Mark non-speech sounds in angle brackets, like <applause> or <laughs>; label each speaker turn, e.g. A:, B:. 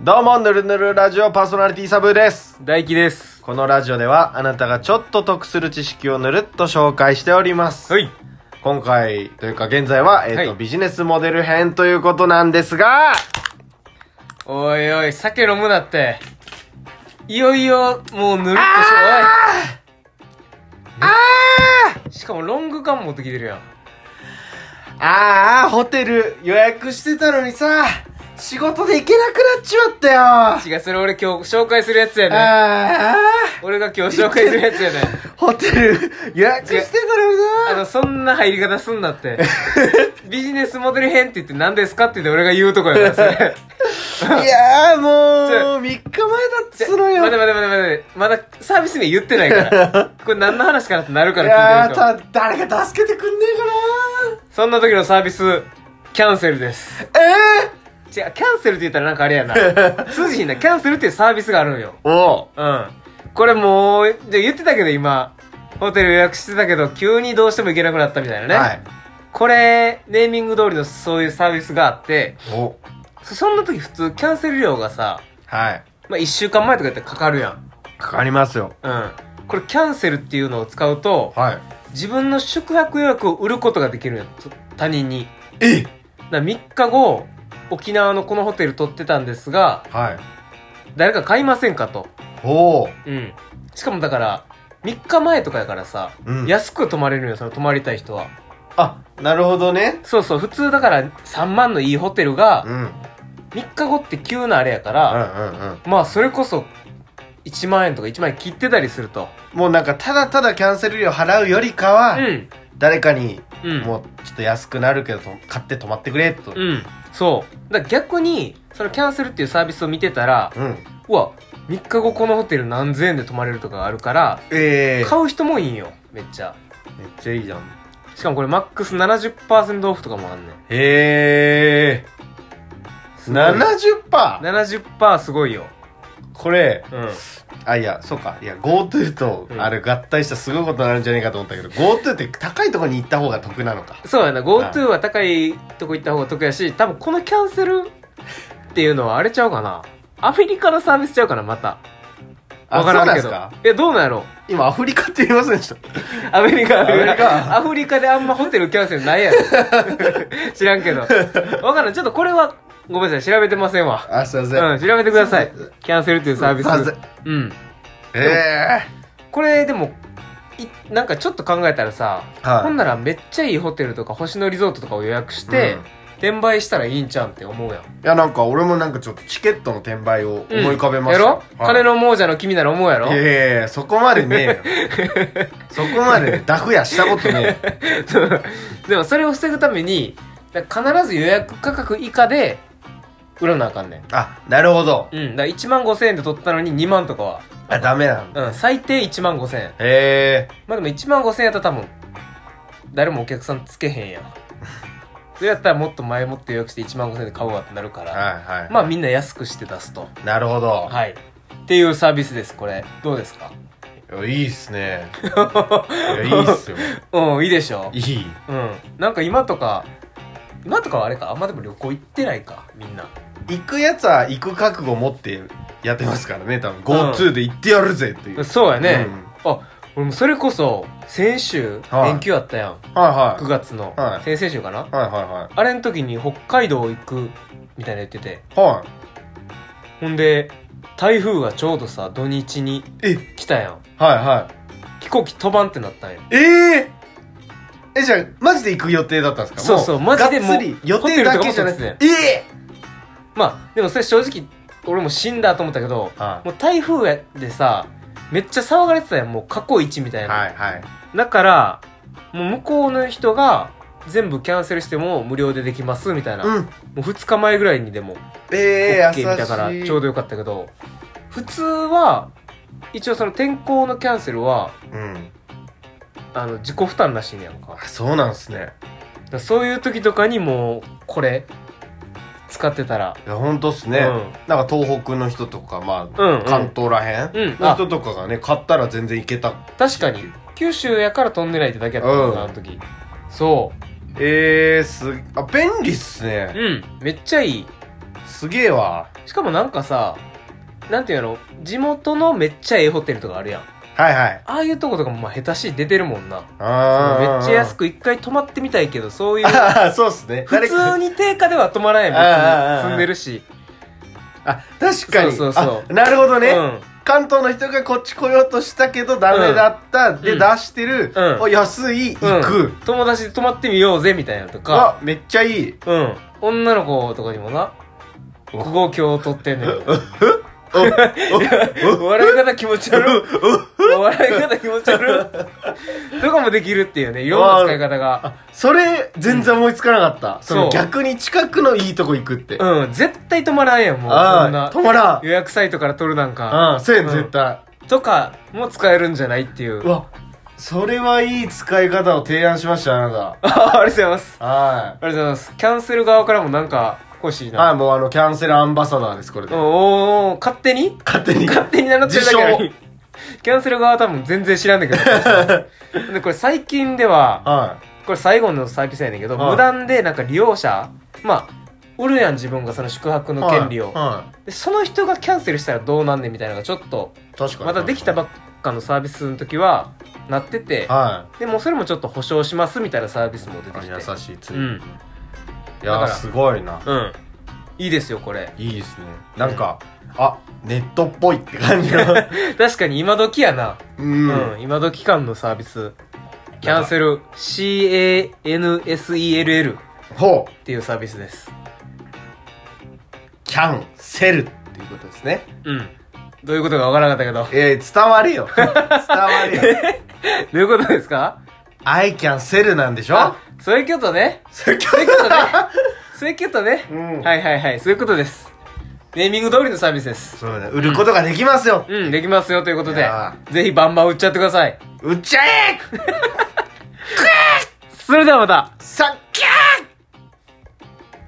A: どうも、ぬるぬるラジオパーソナリティサブです。
B: 大輝です。
A: このラジオでは、あなたがちょっと得する知識をぬるっと紹介しております。
B: はい。
A: 今回、というか現在は、えっ、と、
B: はい
A: ビジネスモデル編ということなんですが、
B: おいおい、酒飲むなって。いよいよ、もうぬるっとし、おい。しかもロング缶持ってきてるやん。
A: あー、ホテル予約してたのにさ、仕事で行けなくなっちまったよ。あ
B: 違う、それ俺今日紹介するやつやねん。
A: あ
B: 俺が今日紹介するやつやねん。
A: <laughs> ー、ホテル予約してたのに
B: あ
A: な。
B: の、そんな入り方すん
A: <laughs>
B: なって。ビジネスモデル編って言って何ですかって言って俺が言う
A: <laughs>
B: とこやから、それ。
A: いやー、
B: ち
A: もう、3
B: ょ
A: 日前だっつ
B: ま
A: うの
B: だ
A: よ。
B: まだまだまだ、まだサービス名言ってな
A: <laughs>
B: いから。これ何の話かなってなるか
A: い
B: ら
A: や
B: 聞い
A: ー
B: てるから。
A: た、誰か助けてくんねえか
B: そんな時のサービス、キャンセルです。
A: <laughs> なえ
B: 違う、キャンセルって言ったらなんかあれやな。通じひんな、キャンセルっていうサービスがあるのよ。
A: ー、お
B: うん。これもう、じゃあ言ってたけど今、ホテル予約してたけど、急にどうしても行けなくなったみたいな
A: う
B: ね。
A: はい。
B: これ、ネーミング通りのそういうサービスがあって、
A: お
B: そそんな時普通キャンセル料がさ、
A: はい。
B: まあ、1週間前とかやったらかかるやん。
A: かかりますよ。
B: うん。これキャンセルっていうのを使うと、
A: はい。
B: 自分の宿泊予約を売ることができるんよ。と他人に。
A: え
B: だから3日後、沖縄のこのホテル取ってたんですが、
A: はい。
B: 誰か買いませんかと。
A: おー。
B: うん。しかもだから、3日前とかやからさ、
A: うん
B: 安く泊まれるのよ、その泊まりたい人は。
A: あ、なるほどね。
B: そうそう、普通だから3万のいいホテル
A: うん。
B: が、
A: うんうん
B: 3日後って急なあれやから、
A: うん。
B: まあそれこそ、1万円とか1万円切ってたりすると。
A: もうなんか、ただただキャンセル料払うよりかは、
B: うん。
A: 誰かに、
B: うん。
A: もう、ちょっと安くなるけど、買って泊まってくれ、と。
B: うん。そう。だから逆に、そのキャンセルっていうサービスを見てたら、
A: うん。
B: うわ、3日後このホテル何千円で泊まれるとかがあるから、
A: ええ
B: 買う人もいいんよ、めっちゃ。
A: めっちゃいいじゃん。
B: しかもこれマックス70%オフとかもあんねん。
A: へえ。
B: すごい
A: 70%!
B: 70%すごいよ。
A: これ、
B: うん。
A: あ、いや、そうか。いや、GoTo と、あれ合体したらすごいことになるんじゃないかと思ったけど、GoTo って高いところに行った方が得なのか。
B: そうやな GoTo は高いとこ行った方が得やし多分このキャンセルっていうのはあれちゃうかなアメリカのサービスちゃうかなまた
A: あ
B: わからんけ
A: そう
B: ど
A: なんすか
B: えどうなんやろ
A: 今、アフリカって言いませんでした。
B: アメリカ
A: アメリカ
B: アフリカであんまホテルキャンセルないやろ <laughs> 知らんけどわからんちょっとこれはごめんなさい調べてませんわ
A: あ、すいません。
B: うん調べてくださいキャンセルっていうサービ
A: まず
B: スうん
A: ええ
B: これでもいなんかちょっと考えたらさ、
A: はい
B: ほんならめっちゃいいホテルとか星野リゾートとかを予約して、
A: うん
B: 転売したらいいんちゃうんって思うやん
A: いや、なんか俺もなんかちょっとチケットの転売を思い浮かべました。
B: やろ、
A: はい
B: 金の亡者の君なら思うやろ
A: いやいやいや、そこまでねえよ。そこまでね、ダフやしたことねえよ。
B: <laughs> でもそれを防ぐためにだから必ず予約価格以下で売らなあかんねん
A: あ、なるほど。
B: うんだから1万5000円で取ったのに2万とかは
A: あ、ダメなんだ。
B: うん最低1万5000円
A: へえ。
B: まあでも1万5000円やったら多分誰もお客さんつけへ
A: <laughs>
B: んやんそれやったらもっと前もって予約して1万5000円で買うわってなるから、
A: はいはい。
B: まあみんな安くして出すと
A: なるほど。
B: はいっていうサービスですこれどうですか
A: いや、いいっす
B: <laughs>
A: ね。いや、いいっすよ。
B: うんいいでしょ
A: いい。
B: うん。なんか今とか、今とかはあれか、あんまでも旅行行ってないか、みんな。
A: 行くやつは行く覚悟持ってやってますからね、多分。GoTo で行ってやるぜっていう。
B: そうやね。あ、俺もそれこそ、先週、
A: はい
B: 連休あったやん。
A: はい
B: 9月の、
A: はい
B: 先々週かな。
A: はい。はいは
B: あれの時に北海道行く、みたいな言ってて。
A: いはい。は
B: ほんで、台風がちょうどさ、土日に
A: い。え、
B: 来たやん。
A: はいはい。
B: 飛行機飛ばんってなったんや。
A: えええ、じゃあ、マジで行く予定だったんですか
B: そうそう
A: も
B: マジでもう
A: がっつり予定だけじゃなく
B: ホ
A: て。
B: テ
A: ええ
B: まあ、でもそれ正直、俺も死んだと思ったけど、
A: はい
B: もう台風やでさ、めっちゃ騒がれてたやん。もう過去一みたいな。
A: はいはい。
B: だから、もう向こうの人が全部キャンセルしても無料でできますみたいな。も
A: うん。
B: う2日前ぐらいにでも OK
A: え
B: み
A: え
B: た
A: ー、優
B: いだから
A: しい。
B: ちょうどよかったけど、普通は、一応その天候のキャンセルは、
A: うん。
B: あの、自己負担らしいねやんか。だか
A: あ、そうなんすね。
B: らそういう時とかにもう、これ、使ってたら。
A: いや、ほんとっすね。
B: うん
A: なんか東北の人とか、まあ、
B: うんうん
A: 関東らへん、
B: うん
A: の人とかがね、買ったら全然行けた。
B: 確かに、九州やから飛んでないってだけやったもんな、
A: うん
B: あの時。そ
A: ええー、す、あ、便利っす
B: う。
A: ね。
B: うん。めっちゃいい。
A: すすげえわ。
B: しかもなんかさなんていうの地元のめっちゃええホテルとかあるやんあ
A: はいはい。
B: あいうとことかもまあ下手しい出てるもんな
A: あー
B: めっちゃ安く一回泊まってみたいけどそういう
A: ああ、そうっすね。
B: 普通
A: か
B: に定価では泊まらない別
A: ああああ
B: に住んでるし
A: あ、確かに。
B: そうそうそう
A: あなるほどね、
B: うん
A: 関東の人がこっち来ようとしたけどダメだった。で、
B: うん
A: 出してる、
B: うん
A: お安い、行
B: うん
A: く。
B: 友達で泊まってみようぜみたいなのとか
A: あ、めっちゃいい。
B: うん女の子とかにもな
A: お
B: 国語教を取ってんねん
A: おお
B: 笑い方気持ち悪い笑い方気持ち悪いとかもできるっていうねいろんな使い方が
A: それ、全然思いつかなかった。そ
B: そ
A: の
B: う
A: 逆に近くのいいとこ行くって。
B: うん絶対止まらんやんもうそん
A: あ
B: な
A: あ、止まら
B: 予約サイトから取るなんか
A: ん。うん、せん、
B: うん
A: 絶対。
B: とかも使えるんじゃないっていう
A: うわ、それはいい使い方を提案しました、あな
B: あありがとうございます
A: た。は
B: ありがとうございますキャンセル側からもなんか欲しい
A: い。は、
B: ない
A: もうあの、キャンセルアンバサダーです、これ
B: うん
A: で。
B: おー勝手 <laughs> に
A: 勝手に。
B: 勝手に名乗ってるだけなのに
A: 自
B: キャンセル側は多分全然知らんだけ <laughs> どでこれ最近では
A: は
B: これ最後のサービスやねんけど、
A: はい
B: 無断でなんか利用者まあ売るやん自分がその宿泊
A: い。
B: の権利を、
A: は
B: でその人がキャンセルしたらどうなんねんみたいなのがちょっと
A: い。確かに。
B: またできたばっかのサービスの時はなってて
A: は
B: でもうそれもちょっと保証しますみたいなサービスも出て
A: い。
B: きて
A: 優しいツイ
B: う
A: ー
B: ん
A: ト。いや
B: だ
A: ー、
B: から
A: すごいな。
B: うんいいですよこれ
A: いいですね。なんか、あ、ネットっぽいって感じ <laughs> が。
B: 確かに今時やな
A: う。
B: うんん、今時間のサービスキャンセル CANSELL っ
A: ほう。
B: ていうサービスです
A: キャンセルっていうことですね。
B: うんどういうことかわからなかっ
A: <laughs>
B: たけど
A: えー、伝われ <laughs> よ。伝われよ。 <laughs>
B: どういうことですか
A: I can sell なんでしょ
B: あそういうことね
A: そういうこ
B: そういう
A: <laughs>
B: ことねそういうことね、
A: うん
B: はいはいはいそういうことですネーミング通りのサービスです
A: そうだね。売ることができますよ。
B: うんできますよということ
A: い
B: で
A: や
B: ぜひバンバン売っちゃってください
A: 売っちゃえ
B: それではまた
A: <laughs> さっ